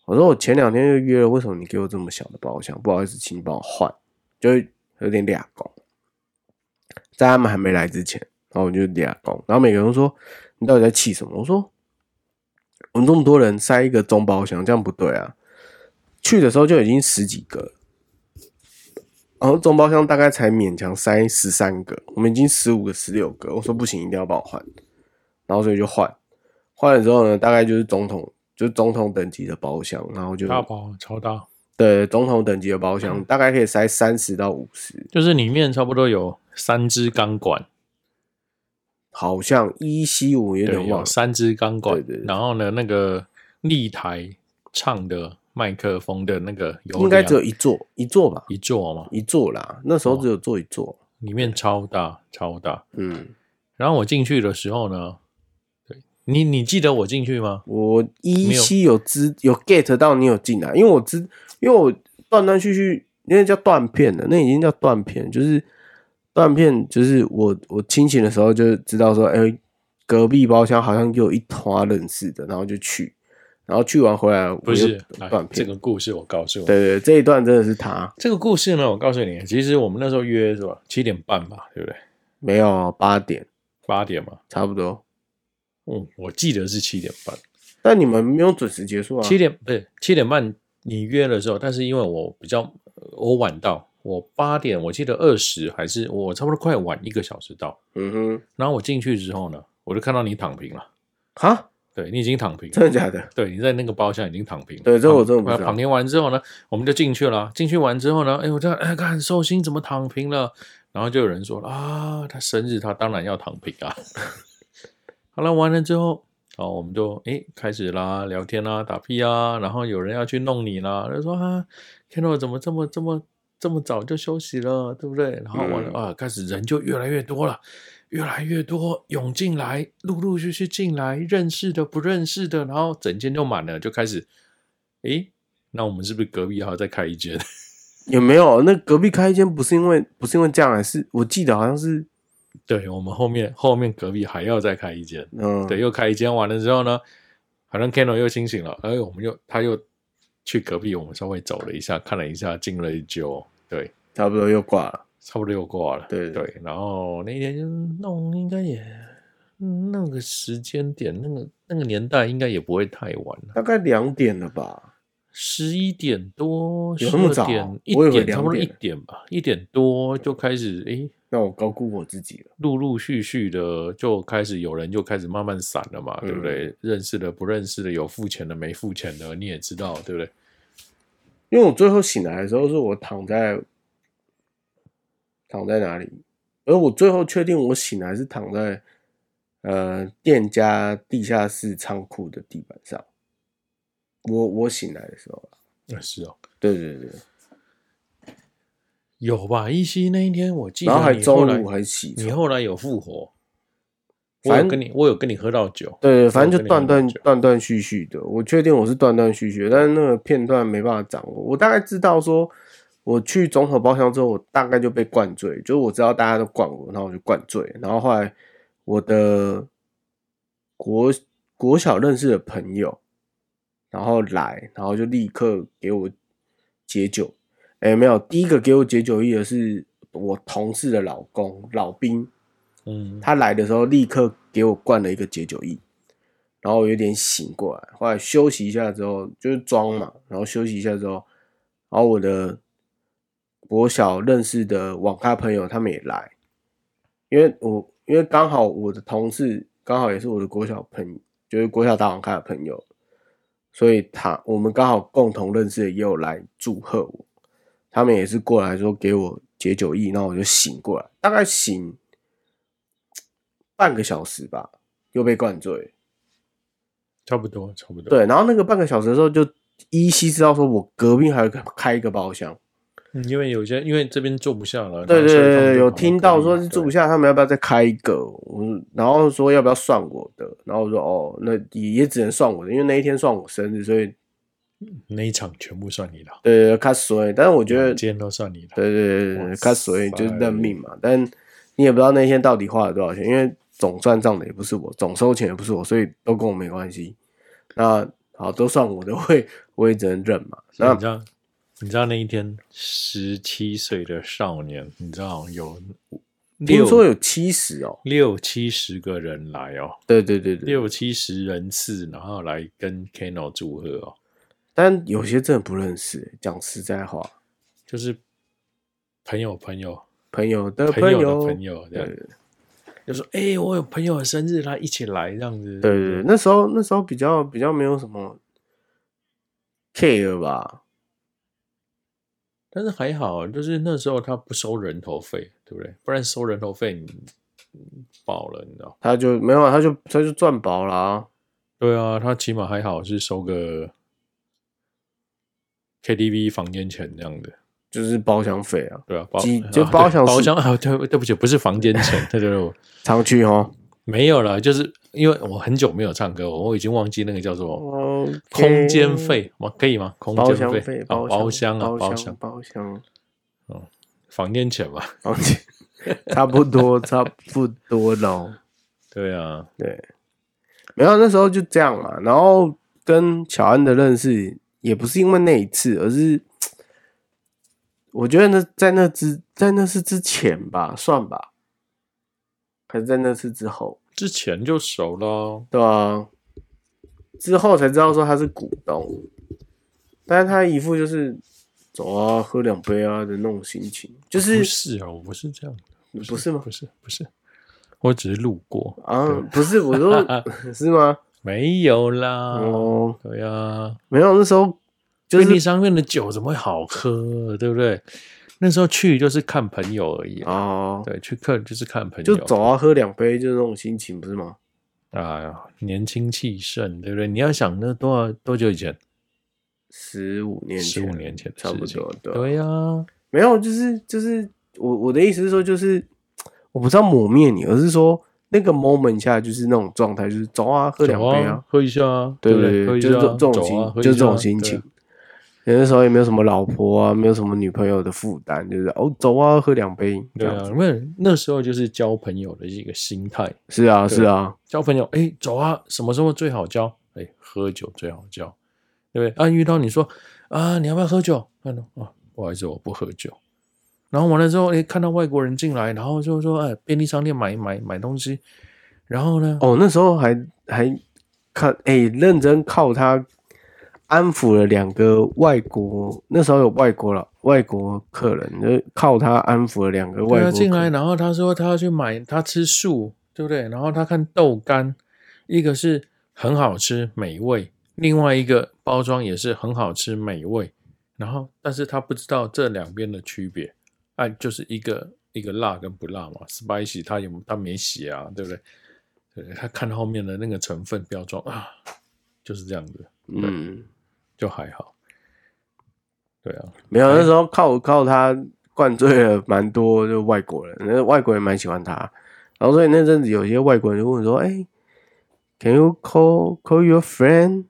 Speaker 1: 我说：“我前两天就约了，为什么你给我这么小的包厢？不好意思，请你帮我换。”就有点俩拱，在他们还没来之前，然后我就俩拱，然后每个人都说：“你到底在气什么？”我说：“我们这么多人塞一个中包厢，这样不对啊！去的时候就已经十几个了，然后中包厢大概才勉强塞十三个，我们已经十五个、十六个。我说不行，一定要帮我换。”然后所以就换，换了之后呢，大概就是总统，就是总统等级的包厢，然后就
Speaker 2: 大包嗯超大，
Speaker 1: 对总统等级的包厢，大概可以塞三十到五十，
Speaker 2: 就是里面差不多有三支钢管，
Speaker 1: 好像依稀我有
Speaker 2: 对，
Speaker 1: 点忘
Speaker 2: 有
Speaker 1: 了，
Speaker 2: 三支钢管，
Speaker 1: 对对对
Speaker 2: 然后呢，那个立台唱的麦克风的那个有
Speaker 1: 应该只有
Speaker 2: 两
Speaker 1: 一座一座吧，
Speaker 2: 一座哦嘛，
Speaker 1: 一座啦，那时候只有坐一座，
Speaker 2: 里面超大超大。
Speaker 1: 嗯，
Speaker 2: 然后我进去的时候呢，对你你记得我进去吗？
Speaker 1: 我依稀有知有 get 到你有进来，因为我知，因为我断断续续，因为叫断片的，那已经叫断片，就是断片，就是我我清醒的时候就知道说，哎、隔壁包厢好像又有一团认识的，然后就去，然后去完回来，
Speaker 2: 不是，
Speaker 1: 我
Speaker 2: 来
Speaker 1: 又断
Speaker 2: 这
Speaker 1: 片。
Speaker 2: 个故事我告诉你，
Speaker 1: 对对，对这一段真的是他，
Speaker 2: 这个故事呢，我告诉你，其实我们那时候约是吧，七点半吧，对不对？
Speaker 1: 没有八点
Speaker 2: 八点嘛，
Speaker 1: 差不多。
Speaker 2: 嗯，我记得是七点半，
Speaker 1: 但你们没有准时结束啊？
Speaker 2: 七点不是七点半你约的时候，但是因为我比较呃我晚到，我八点我记得二十还是我差不多快晚一个小时到，
Speaker 1: 嗯哼，
Speaker 2: 然后我进去之后呢，我就看到你躺平了，
Speaker 1: 哈，
Speaker 2: 对你已经躺平了
Speaker 1: 真的假的？
Speaker 2: 对，你在那个包厢已经躺平了。
Speaker 1: 对这我真的不
Speaker 2: 躺
Speaker 1: 知道
Speaker 2: 躺平完之后呢，我们就进去了。啊进去完之后呢，哎，我这哎看寿星怎么躺平了，然后就有人说了啊，他生日他当然要躺平啊。好了，完了之后，哦，我们就哎开始啦，聊天啦，打屁啊，然后有人要去弄你啦，他说啊，Keno 怎么这么这么这么早就休息了，对不对？然后完了、啊，开始人就越来越多了。越来越多涌进来，陆陆续续进来，认识的、不认识的，然后整间就满了，就开始，诶，那我们是不是隔壁还要再开一间？
Speaker 1: 也没有。那隔壁开一间不是因为不是因为这样啊，是我记得好像是
Speaker 2: 对，我们后面后面隔壁还要再开一间，
Speaker 1: 嗯，
Speaker 2: 对，又开一间完了之后呢，好像 Keno 又清醒了，哎，我们又他又去隔壁，我们稍微走了一下，看了一下，敬了一酒，对，
Speaker 1: 差不多又挂了。
Speaker 2: 差不多又挂了，
Speaker 1: 对
Speaker 2: 对，然后那一天就弄，应该也嗯那个时间点，那个那个年代应该也不会太晚了。
Speaker 1: 大概两点了吧？
Speaker 2: 十一点多，十
Speaker 1: 有那么早
Speaker 2: 二点一
Speaker 1: 我以为
Speaker 2: 点，
Speaker 1: 两
Speaker 2: 差不多一
Speaker 1: 点
Speaker 2: 点吧，一点多就开始，诶，
Speaker 1: 那我高估我自己了。
Speaker 2: 陆陆续续的就开始有人就开始慢慢散了嘛，
Speaker 1: 嗯
Speaker 2: 对不对？认识的、不认识的，有付钱的、没付钱的，你也知道，对不对？
Speaker 1: 因为我最后醒来的时候，是我躺在躺在哪里？而我最后确定我醒来是躺在呃店家地下室仓库的地板上。我我醒来的时候啊，
Speaker 2: 那是哦，
Speaker 1: 对对对，有
Speaker 2: 有吧？依稀那一天我记得
Speaker 1: 然后还
Speaker 2: 你后来
Speaker 1: 中午还起
Speaker 2: 你
Speaker 1: 床，
Speaker 2: 后来有复活，我
Speaker 1: 反
Speaker 2: 有
Speaker 1: 正
Speaker 2: 跟你我有跟你喝到酒，
Speaker 1: 对对，
Speaker 2: 我
Speaker 1: 反正
Speaker 2: 跟
Speaker 1: 就
Speaker 2: 你
Speaker 1: 断
Speaker 2: 喝到
Speaker 1: 断
Speaker 2: 酒
Speaker 1: 断断续续的。我确定我是断断续续的，但是那个片段没办法掌握。我大概知道说，我去总统包厢之后，我大概就被灌醉，就是我知道大家都灌我，然后我就灌醉。然后后来我的国国小认识的朋友，然后来，然后就立刻给我解酒。哎，没有，第一个给我解酒意的是我同事的老公老兵。
Speaker 2: 嗯，
Speaker 1: 他来的时候立刻给我灌了一个解酒液，然后我有点醒过来，后来休息一下之后就是装嘛，然后休息一下之后，然后我的国小认识的网咖朋友他们也来，因为我因为刚好我的同事刚好也是我的国小朋就是国小打网咖的朋友，所以他我们刚好共同认识的也有来祝贺我，他们也是过来说给我解酒意，然后我就醒过来，大概醒半个小时吧，又被灌醉。
Speaker 2: 差不多差不多，，
Speaker 1: 对，然后那个半个小时的时候，就依稀知道说我隔壁还有一个开一个包厢。
Speaker 2: 嗯因为有些因为这边坐不下了，
Speaker 1: 对对
Speaker 2: 然后啊所以
Speaker 1: 对
Speaker 2: 他们
Speaker 1: 对，
Speaker 2: 就
Speaker 1: 有
Speaker 2: 跑
Speaker 1: 听
Speaker 2: 隔
Speaker 1: 到
Speaker 2: 壁
Speaker 1: 说
Speaker 2: 嘛
Speaker 1: 是住
Speaker 2: 对
Speaker 1: 不下，他们要不要再开一个？我说然后说要不要算我的？然后我说哦，那也也只能算我的，因为那一天算我生日，所以
Speaker 2: 那一场全部算你的，
Speaker 1: 对对对，卡水。但是我觉得
Speaker 2: 今天都算你的。
Speaker 1: 对对对
Speaker 2: 哇
Speaker 1: 对，卡水
Speaker 2: 塞
Speaker 1: 就是认命嘛。但你也不知道那天到底花了多少钱，因为总算账的也不是我，总收钱也不是我，所以都跟我没关系。那好，都算我的， 我也我也只能认嘛。
Speaker 2: 所以
Speaker 1: 那
Speaker 2: 你知道，你知道那一天，十七岁的少年，你知道有
Speaker 1: 听说
Speaker 2: 六
Speaker 1: 有七十哦，
Speaker 2: 六七十个人来哦，
Speaker 1: 对对对对，
Speaker 2: 六七十人次，然后来跟 Kano 祝贺哦，
Speaker 1: 但有些真的不认识，欸讲实在话，
Speaker 2: 就是朋友朋友
Speaker 1: 呃朋友的
Speaker 2: 朋友的
Speaker 1: 友，
Speaker 2: 朋友这
Speaker 1: 对
Speaker 2: 样
Speaker 1: 对，
Speaker 2: 就说哎、诶我有朋友的生日，他一起来这样子，
Speaker 1: 对对对，那时候那时候比较比较没有什么 care 吧，
Speaker 2: 但是还好，就是那时候他不收人头费，对不对？不然收人头费你你爆了，你知道。
Speaker 1: 他就没有啊，他就他就赚饱了啊，
Speaker 2: 对啊，他起码还好是收个 KTV 房间钱这样的，
Speaker 1: 就是包厢费啊，
Speaker 2: 对啊，包
Speaker 1: 几
Speaker 2: 啊
Speaker 1: 就
Speaker 2: 对
Speaker 1: 包厢
Speaker 2: 包
Speaker 1: 是
Speaker 2: 厢 啊，对对不起，不是房间钱，对对对，我
Speaker 1: 常去哦，
Speaker 2: 没有了，就是因为我很久没有唱歌，我已经忘记那个叫做
Speaker 1: 哦，
Speaker 2: 空间，费，我可以吗？空
Speaker 1: 包
Speaker 2: 间
Speaker 1: 厢
Speaker 2: 费
Speaker 1: 费，
Speaker 2: 啊，包厢啊，包
Speaker 1: 包
Speaker 2: 厢，
Speaker 1: 包厢，
Speaker 2: 房间钱嘛，
Speaker 1: 包厢，差不多 差不多喽。
Speaker 2: 对啊，
Speaker 1: 对，没有那时候就这样嘛。然后跟乔安的认识也不是因为那一次，而是我觉得那在那之在那次之前吧，算吧，还是在那次之后，
Speaker 2: 之前就熟了，
Speaker 1: 对啊，之后才知道说他是股东，但是他一副就是走啊，喝两杯啊的那种心情，就是
Speaker 2: 不是啊，我不是这样的，
Speaker 1: 不是吗
Speaker 2: 不是不是，我只是路过，
Speaker 1: 啊，不是我 说是吗？
Speaker 2: 没有啦。
Speaker 1: 哦，
Speaker 2: 对呀、啊，
Speaker 1: 没有，那时候就是
Speaker 2: 便利商店的酒怎么会好喝，啊对不对？那时候去就是看朋友而已啊，
Speaker 1: 哦，
Speaker 2: 对，去客就是看朋友，
Speaker 1: 就走啊，喝两杯就是那种心情，不是吗？
Speaker 2: 啊，年轻气盛，对不对？你要想那多少多久以前？
Speaker 1: 十五年
Speaker 2: 十
Speaker 1: 前，
Speaker 2: 五年前的
Speaker 1: 差不
Speaker 2: 事情
Speaker 1: 多，对啊
Speaker 2: 对呀、
Speaker 1: 没有，就是就是我我的意思是说，就是我不是要抹灭你，而是说那个 moment 下就是那种状态，就是走啊，喝两
Speaker 2: 走
Speaker 1: 杯
Speaker 2: 啊，，喝一下啊，
Speaker 1: 对
Speaker 2: 不
Speaker 1: 对
Speaker 2: 喝
Speaker 1: 对，
Speaker 2: 一
Speaker 1: 就是
Speaker 2: 下
Speaker 1: 这
Speaker 2: 啊，
Speaker 1: 这种
Speaker 2: 走
Speaker 1: 心
Speaker 2: 啊，喝，一下啊
Speaker 1: 就这种心情
Speaker 2: 对。
Speaker 1: 有的时候也没有什么老婆啊，没有什么女朋友的负担，就是哦走啊，喝两杯这
Speaker 2: 对
Speaker 1: 样
Speaker 2: 啊，
Speaker 1: 子。
Speaker 2: 因为那时候就是交朋友的一个心态，
Speaker 1: 是啊，
Speaker 2: 对
Speaker 1: 是啊，
Speaker 2: 交朋友，哎，走啊，什么时候最好交？哎，喝酒最好交，对不对？啊，遇到你说啊，你要不要喝酒？看到啊，不好意思，我不喝酒。然后完了之后，哎，看到外国人进来，然后就说，哎，便利商店买买买东西，然后呢，
Speaker 1: 哦，那时候还还看，哎、认真靠他安抚了两个外国，那时候有外国了外国客人，就是靠他安抚了两个
Speaker 2: 对
Speaker 1: 外
Speaker 2: 啊，
Speaker 1: 国
Speaker 2: 进
Speaker 1: 客
Speaker 2: 来，
Speaker 1: 人。
Speaker 2: 然后他说他要去买，他吃素，对不对？然后他看豆干，一个是很好吃美味，另外一个包装也是很好吃美味，然后但是他不知道这两边的区别，哎，就是一个一个辣跟不辣嘛，spicy 他有他没写啊，对不对？对，他看后面的那个成分标装啊，就是这样子，
Speaker 1: 嗯，
Speaker 2: 就还好。对啊，
Speaker 1: 没有，那时候靠靠他灌醉了蛮多就外国人，那外国人蛮喜欢他，然后所以那阵子有些外国人就问说，哎、c a n you call call your friend？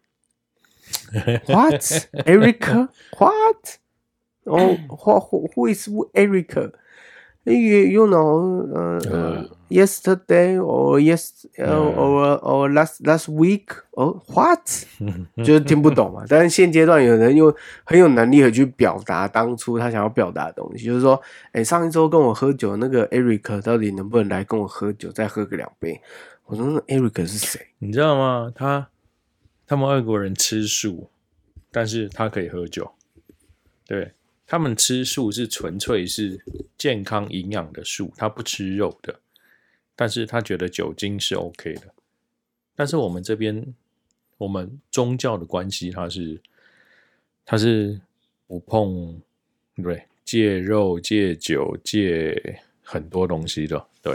Speaker 1: What? Erica? What? Oh, who, who- who is Erica? You, you know, uh, uh,
Speaker 2: Uh.
Speaker 1: yesterday or yes uh,
Speaker 2: Uh.
Speaker 1: or or last last week? Oh, what? 就是听不懂嘛。但是现阶段有人又很有能力的去表达当初他想要表达的东西，就是说，哎、上一周跟我喝酒那个 Eric 到底能不能来跟我喝酒，再喝个两杯？我说那 Eric 是谁？
Speaker 2: 你知道吗？他他们外国人吃素，但是他可以喝酒。对他们吃素是纯粹是健康营养的素，他不吃肉的，但是他觉得酒精是 OK 的。但是我们这边，我们宗教的关系，它是它是不碰对戒肉、戒酒、戒很多东西的，对。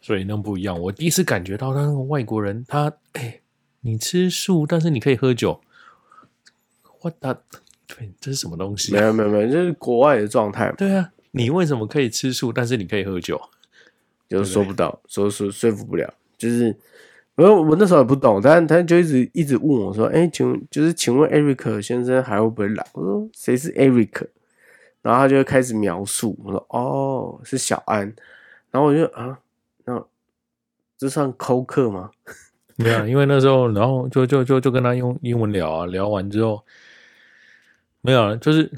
Speaker 2: 所以那不一样。我第一次感觉到他那个外国人，他哎、你吃素，但是你可以喝酒。What the？对，这是什么东西
Speaker 1: 没
Speaker 2: 啊、
Speaker 1: 有没有没有，就是国外的状态嘛。
Speaker 2: 对啊，你为什么可以吃素，但是你可以喝酒？
Speaker 1: 就是说不到，说说说服不了，就是，我我那时候也不懂，但他就一直一直问我说，哎、请问就是请问 Eric 先生还会不会来？我说谁是 Eric？然后他就会开始描述，我说哦是小安，然后我就啊，那这算扣客吗？
Speaker 2: 没啊 有，因为那时候，然后就就就就跟他用英文聊啊，聊完之后，没有，啊就是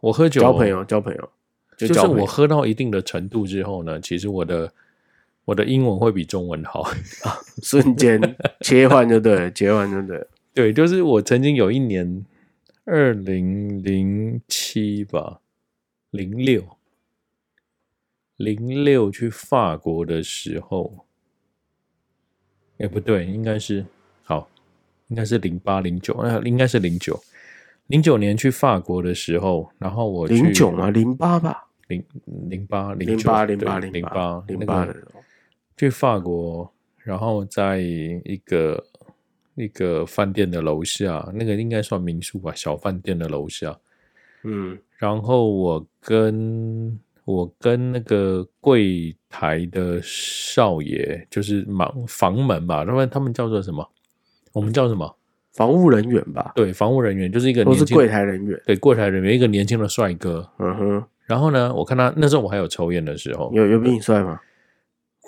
Speaker 2: 我喝酒
Speaker 1: 交朋，友交朋友，就
Speaker 2: 就是
Speaker 1: 交朋
Speaker 2: 我
Speaker 1: 友
Speaker 2: 喝到一定的程度之后呢，其实我的我的英文会比中文好。
Speaker 1: 瞬间切换就对了，切换就对了，
Speaker 2: 对，就是我曾经有一年，二零零七吧，零六，零六去法国的时候，哎，不对，应该是好，应该是零八零九，呃，应该是零九，零九年去法国的时候，然后我去
Speaker 1: 零九吗？零八吧，
Speaker 2: 零零八
Speaker 1: 零
Speaker 2: 零
Speaker 1: 八零八
Speaker 2: 零
Speaker 1: 八
Speaker 2: 八
Speaker 1: 零八的时候，
Speaker 2: 去法国，然后在一个一个饭店的楼下，那个应该算民宿吧，小饭店的楼下。
Speaker 1: 嗯
Speaker 2: 然后我跟我跟那个柜台的少爷，就是忙房门吧，他们他们叫做什么？我们叫什么？
Speaker 1: 防务人员吧，
Speaker 2: 对，房务人员就是一个
Speaker 1: 都
Speaker 2: 年
Speaker 1: 是
Speaker 2: 轻
Speaker 1: 柜，台人员，
Speaker 2: 对柜台人员，一个年轻的帅哥。
Speaker 1: 嗯哼。
Speaker 2: 然后呢，我看他那时候我还有抽烟的时候，
Speaker 1: 有有比你帅吗？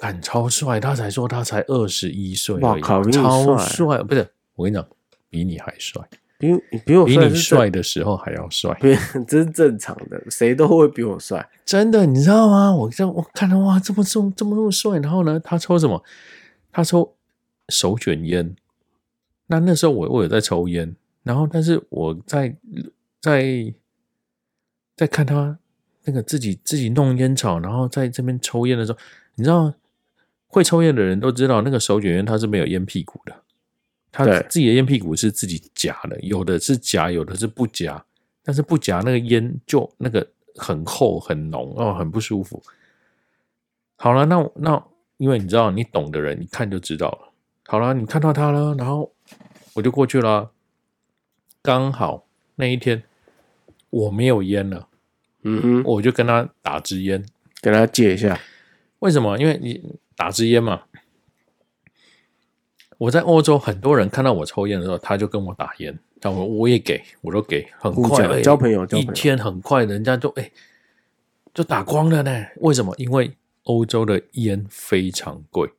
Speaker 2: 干超帅，他才说他才二十一岁而已，
Speaker 1: 哇靠比你
Speaker 2: 超
Speaker 1: 帅
Speaker 2: 帅！不是，我跟你讲，比你还帅，
Speaker 1: 比比我
Speaker 2: 比
Speaker 1: 帅
Speaker 2: 你
Speaker 1: 哦是正
Speaker 2: 帅，的时候还要帅。
Speaker 1: 比 这是正常的，谁都会比我帅。
Speaker 2: 真的，你知道吗？我这样我看到哇，这么重，这么那么帅，然后呢，他抽什么？他抽手卷烟。那那时候我我有在抽烟，然后但是我在在在看他那个自己自己弄烟草，然后在这边抽烟的时候，你知道会抽烟的人都知道，那个手卷烟它是没有烟屁股的，他
Speaker 1: 对
Speaker 2: 自己的烟屁股是自己夹的，有的是夹，有的是不夹。但是不夹那个烟就那个很厚很浓哦，很不舒服。好了，那我那因为你知道，你懂的人一看就知道了。好了，你看到他了，然后我就过去了。刚好那一天我没有烟了，
Speaker 1: 嗯哼，
Speaker 2: 我就跟他打支烟。
Speaker 1: 给他借一下。
Speaker 2: 为什么？因为你打支烟嘛。我在欧洲，很多人看到我抽烟的时候，他就跟我打烟，但我我也给，我都给，很
Speaker 1: 互
Speaker 2: 快
Speaker 1: 相
Speaker 2: 而已
Speaker 1: 交朋友交
Speaker 2: 一
Speaker 1: 朋友
Speaker 2: 天很快，人家就哎、就打光了呢。为什么？因为欧洲的烟非常贵。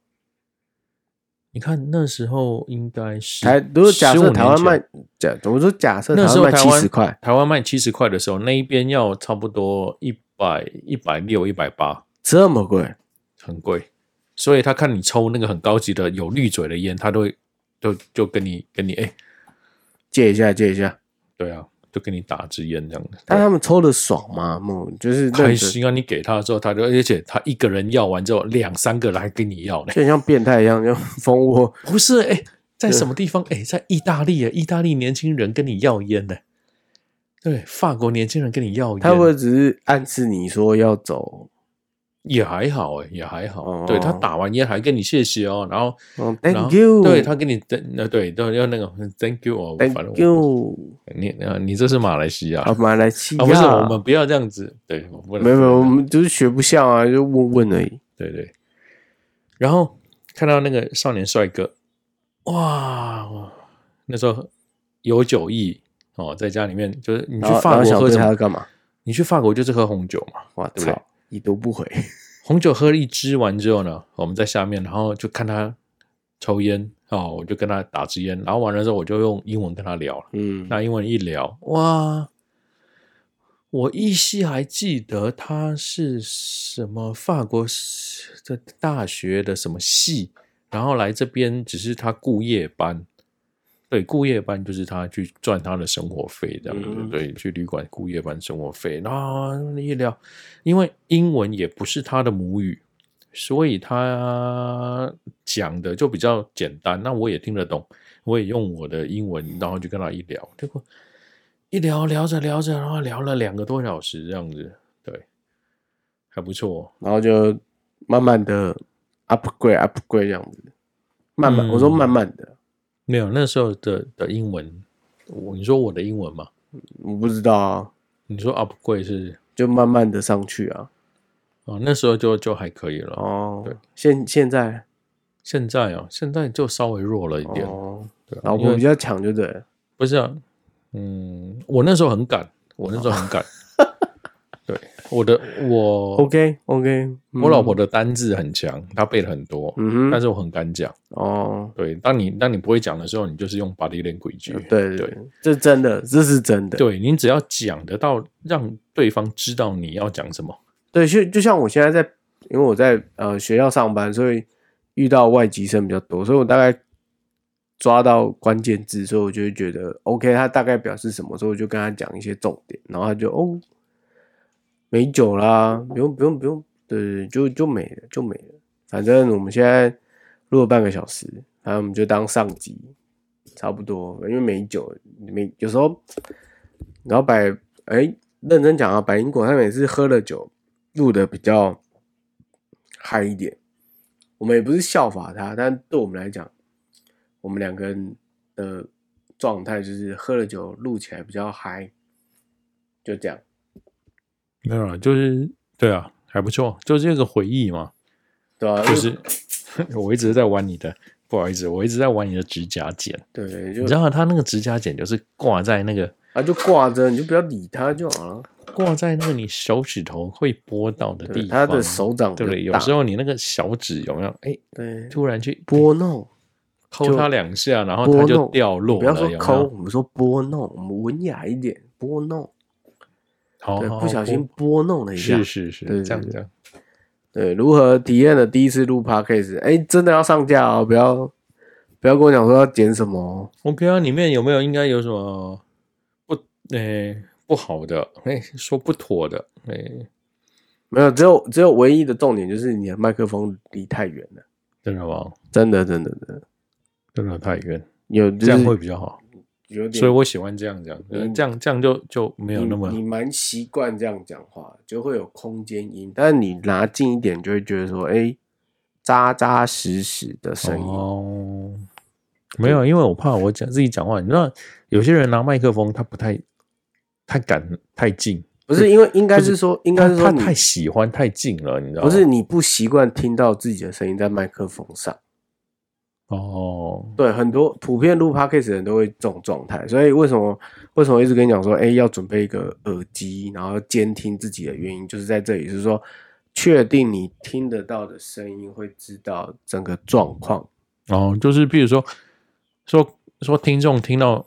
Speaker 2: 你看那时候应该是
Speaker 1: 台如果假
Speaker 2: 15
Speaker 1: 设
Speaker 2: 年
Speaker 1: 台湾
Speaker 2: 前
Speaker 1: 卖假，我说假设
Speaker 2: 那时
Speaker 1: 台
Speaker 2: 候
Speaker 1: 湾卖
Speaker 2: 台
Speaker 1: 七
Speaker 2: 湾
Speaker 1: 十块，
Speaker 2: 台湾卖七十块的时候，那一边要差不多一百一百六一百八。
Speaker 1: 这么贵，
Speaker 2: 很贵，所以他看你抽那个很高级的有滤嘴的烟，他都会就就跟你跟你哎、
Speaker 1: 借一下借一下。
Speaker 2: 对啊，就跟你打支烟这样的。
Speaker 1: 但他们抽的爽吗？梦就是认真
Speaker 2: 开，心啊！你给他之后，他就而且他一个人要完之后，两三个人还跟你要呢。
Speaker 1: 就很像变态一样，就蜂窝。
Speaker 2: 不是哎、在什么地方哎、在意大利啊，意大利年轻人跟你要烟呢、对，法国年轻人跟你要烟，
Speaker 1: 他会不会只是暗示你说要走？
Speaker 2: 也还好哎、也还好。
Speaker 1: 哦
Speaker 2: 对他打完烟还跟你谢谢哦，然后
Speaker 1: 嗯
Speaker 2: 然后
Speaker 1: ，Thank you，
Speaker 2: 对他跟你呃对，都要那个 thank you 哦，反正
Speaker 1: ，Thank
Speaker 2: 我
Speaker 1: you，
Speaker 2: 你啊，你这是马来西亚
Speaker 1: 啊，马来西亚，
Speaker 2: 啊，不是我们不要这样子，对，我不能
Speaker 1: 没有没有，我
Speaker 2: 不能
Speaker 1: 们就是学不像啊，就问问而已。
Speaker 2: 对对。然后看到那个少年帅哥，哇，那时候有酒意哦，在家里面就是你
Speaker 1: 你
Speaker 2: 去法国喝什
Speaker 1: 他要
Speaker 2: 么？
Speaker 1: 干嘛？
Speaker 2: 你去法国就是喝红酒嘛，
Speaker 1: 哇，
Speaker 2: 对不对
Speaker 1: 操，已读不回，
Speaker 2: 红酒喝了一支完之后呢，我们在下面，然后就看他抽烟哦，我就跟他打支烟，然后完了之后我就用英文跟他聊了。
Speaker 1: 嗯，
Speaker 2: 那英文一聊，哇，我依稀还记得他是什么法国的大学的什么系，然后来这边只是他雇夜班，对，雇夜班就是他去赚他的生活费，这样子，
Speaker 1: 嗯
Speaker 2: 对，去旅馆雇夜班生活费。然后一聊，因为英文也不是他的母语，所以他讲的就比较简单，那我也听得懂，我也用我的英文，然后就跟他一聊，结果一聊聊着聊着，然后聊了两个多小时这样子，对，还不错，哦
Speaker 1: 然后就慢慢的 upgrade upgrade 这样子，慢慢，
Speaker 2: 嗯
Speaker 1: 我说慢慢的，
Speaker 2: 没有那时候的的英文，我你说我的英文嘛，
Speaker 1: 我不知道啊，
Speaker 2: 你说 upgrade 是
Speaker 1: 就慢慢的上去啊。
Speaker 2: 哦，那时候就就还可以了，
Speaker 1: 哦
Speaker 2: 对，
Speaker 1: 现现在
Speaker 2: 现在啊，现在就稍微弱了一点，
Speaker 1: 哦，
Speaker 2: 对啊
Speaker 1: 老
Speaker 2: 因
Speaker 1: 婆
Speaker 2: 为
Speaker 1: 比较强，就对了。
Speaker 2: 不是啊，嗯，我那时候很赶，我那时候很赶，对，我的哦 我
Speaker 1: OK OK，
Speaker 2: 我老婆的单字很强，她背了很多，
Speaker 1: 嗯
Speaker 2: 但
Speaker 1: 哼，
Speaker 2: 是我很敢讲。
Speaker 1: 哦，
Speaker 2: 对，当你当你不会讲的时候，你就是用 body language。
Speaker 1: 对对对，这真的，这是真的。
Speaker 2: 对你只要讲得到，让对方知道你要讲什么。
Speaker 1: 对，就就像我现在在，因为我在呃学校上班，所以遇到外籍生比较多，所以我大概抓到关键字，所以我就会觉得 OK，他大概表示什么，所以我就跟他讲一些重点，然后他就哦，美酒啦，不用不用不用，对对，对就就没了就没了，反正我们现在录了半个小时，反正我们就当上集差不多，因为美酒美有时候，然后百哎。认真讲啊，百灵果他每次喝了酒，录的比较嗨一点。我们也不是效法他，但对我们来讲，我们两个人的状态就是喝了酒录起来比较嗨，就这样。
Speaker 2: 没有啊，就是对啊，还不错，就是一个回忆嘛。
Speaker 1: 对啊，
Speaker 2: 就是 我一直在玩你的，不好意思，我一直在玩你的指甲剪。
Speaker 1: 对，
Speaker 2: 你
Speaker 1: 就
Speaker 2: 知道他那个指甲剪就是挂在那个
Speaker 1: 啊就挂着，你就不要理他就好了。
Speaker 2: 挂在那个你手指头会拨到的
Speaker 1: 对，
Speaker 2: 地
Speaker 1: 他
Speaker 2: 方，
Speaker 1: 的手掌
Speaker 2: 对不对？
Speaker 1: 比较
Speaker 2: 有
Speaker 1: 大
Speaker 2: 时候你那个小指有没有？哎，
Speaker 1: 对
Speaker 2: 突然去
Speaker 1: 拨弄，
Speaker 2: 抠
Speaker 1: 就
Speaker 2: 它两下，然后
Speaker 1: 拨
Speaker 2: 它
Speaker 1: 弄
Speaker 2: 就掉落了。
Speaker 1: 不要说
Speaker 2: 有没有
Speaker 1: 抠，，我们说拨弄，我们文雅一点，拨弄，
Speaker 2: 好，
Speaker 1: 对，
Speaker 2: 好
Speaker 1: 不小心拨弄了一下
Speaker 2: 是。是是，
Speaker 1: 对对
Speaker 2: 这样
Speaker 1: 对
Speaker 2: 这样。
Speaker 1: 对，如何体验了第一次录 podcast？哎，真的要上架哦，不要不要跟我讲说要剪什么哦，
Speaker 2: OK 啊，里面有没有应该有什么不诶、不好的？诶、说不妥的？哎诶、
Speaker 1: 没有，只有只有唯一的重点就是你的麦克风离太远了，
Speaker 2: 真的吗？
Speaker 1: 真的真的真的
Speaker 2: 真的太远，
Speaker 1: 有就
Speaker 2: 这样会
Speaker 1: 是
Speaker 2: 比较好。
Speaker 1: 有点，
Speaker 2: 所以我喜欢这样讲，呃
Speaker 1: 嗯
Speaker 2: 这样这样就就没有那么
Speaker 1: 你你蛮习惯这样讲话，就会有空间音，但你拿近一点就会觉得说，哎，扎扎实实的声音，
Speaker 2: 哦。没有，因为我怕我讲自己讲话，你知道有些人拿麦克风，他不太太敢太近，
Speaker 1: 不是因为应该是说，应该是说
Speaker 2: 他
Speaker 1: 你
Speaker 2: 他太喜欢太近了，你知道吗？
Speaker 1: 不是你不习惯听到自己的声音在麦克风上。
Speaker 2: 哦，
Speaker 1: 对，很多普遍录 podcast 的人都会这种状态，所以为什么为什么一直跟你讲说，哎，要准备一个耳机，然后监听自己的原因，就是在这里，就是说确定你听得到的声音，会知道整个状况。
Speaker 2: 哦，就是譬如说，说说听众听到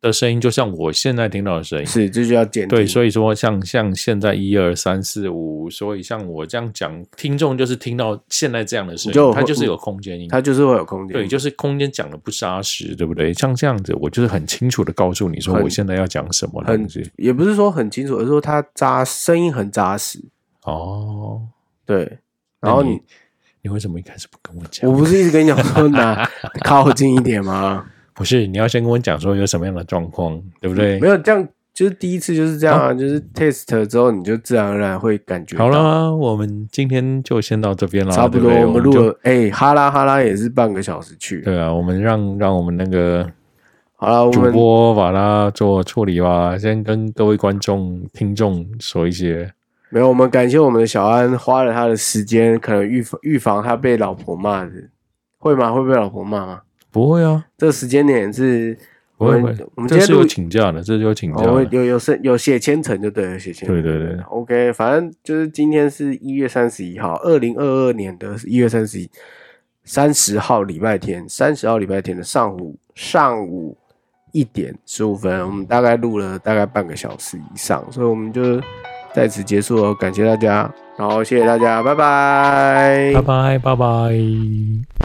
Speaker 2: 的声音，就像我现在听到的声音，
Speaker 1: 是，这就叫监听。
Speaker 2: 对，
Speaker 1: 以
Speaker 2: 所以说像像现在一二三四五，所以像我这样讲，听众就是听到现在这样的声
Speaker 1: 你就
Speaker 2: 音，它
Speaker 1: 会
Speaker 2: 就是有空间音，
Speaker 1: 它就是会有空间。
Speaker 2: 对，就是空间讲的不扎实，对不对？像这样子，我就是很清楚的告诉你说，
Speaker 1: 很
Speaker 2: 我现在要讲什么
Speaker 1: 很
Speaker 2: 东西。
Speaker 1: 也不是说很清楚，而是说它扎声音很扎实。
Speaker 2: 哦，
Speaker 1: 对，然后
Speaker 2: 那
Speaker 1: 你
Speaker 2: 你你为什么一开始不跟我讲？
Speaker 1: 我不是一直跟你讲说 拿靠近一点吗？
Speaker 2: 不是，你要先跟我讲说有什么样的状况，对不对
Speaker 1: 没？有这样，就是第一次就是这样啊，就是 test 之后你就自然而然会感觉到
Speaker 2: 好，啦，我们今天就先到这边啦，
Speaker 1: 差不
Speaker 2: 对
Speaker 1: 多
Speaker 2: 啊对
Speaker 1: 我们
Speaker 2: 就
Speaker 1: 录了，哎、哈拉哈拉也是半个小时去。
Speaker 2: 对啊，我们让让我们那个
Speaker 1: 好了，我
Speaker 2: 主
Speaker 1: 们
Speaker 2: 播把它做处理吧，先跟各位观众、听众说一些。
Speaker 1: 没有，我们感谢我们的小安花了他的时间，可能预防预防他被老婆骂的，会吗？会被老婆骂吗？
Speaker 2: 不会啊，
Speaker 1: 这个时间点是
Speaker 2: 不
Speaker 1: 我
Speaker 2: 会，
Speaker 1: 们
Speaker 2: 不会
Speaker 1: 我们今
Speaker 2: 这
Speaker 1: 天
Speaker 2: 是有
Speaker 1: 录
Speaker 2: 请假的，这是有请假
Speaker 1: 哦，我
Speaker 2: 的。
Speaker 1: 有有是有写千层就对了，写千层。
Speaker 2: 对对对
Speaker 1: OK，反正就是今天是一月三十一号，二零二二年的一月三十一，三十号礼拜天，三十号礼拜天的上午上午一点十五分，我们大概录了大概半个小时以上，所以我们就在此结束哦了，感谢大家，然后谢谢大家，拜拜
Speaker 2: 拜拜，拜拜。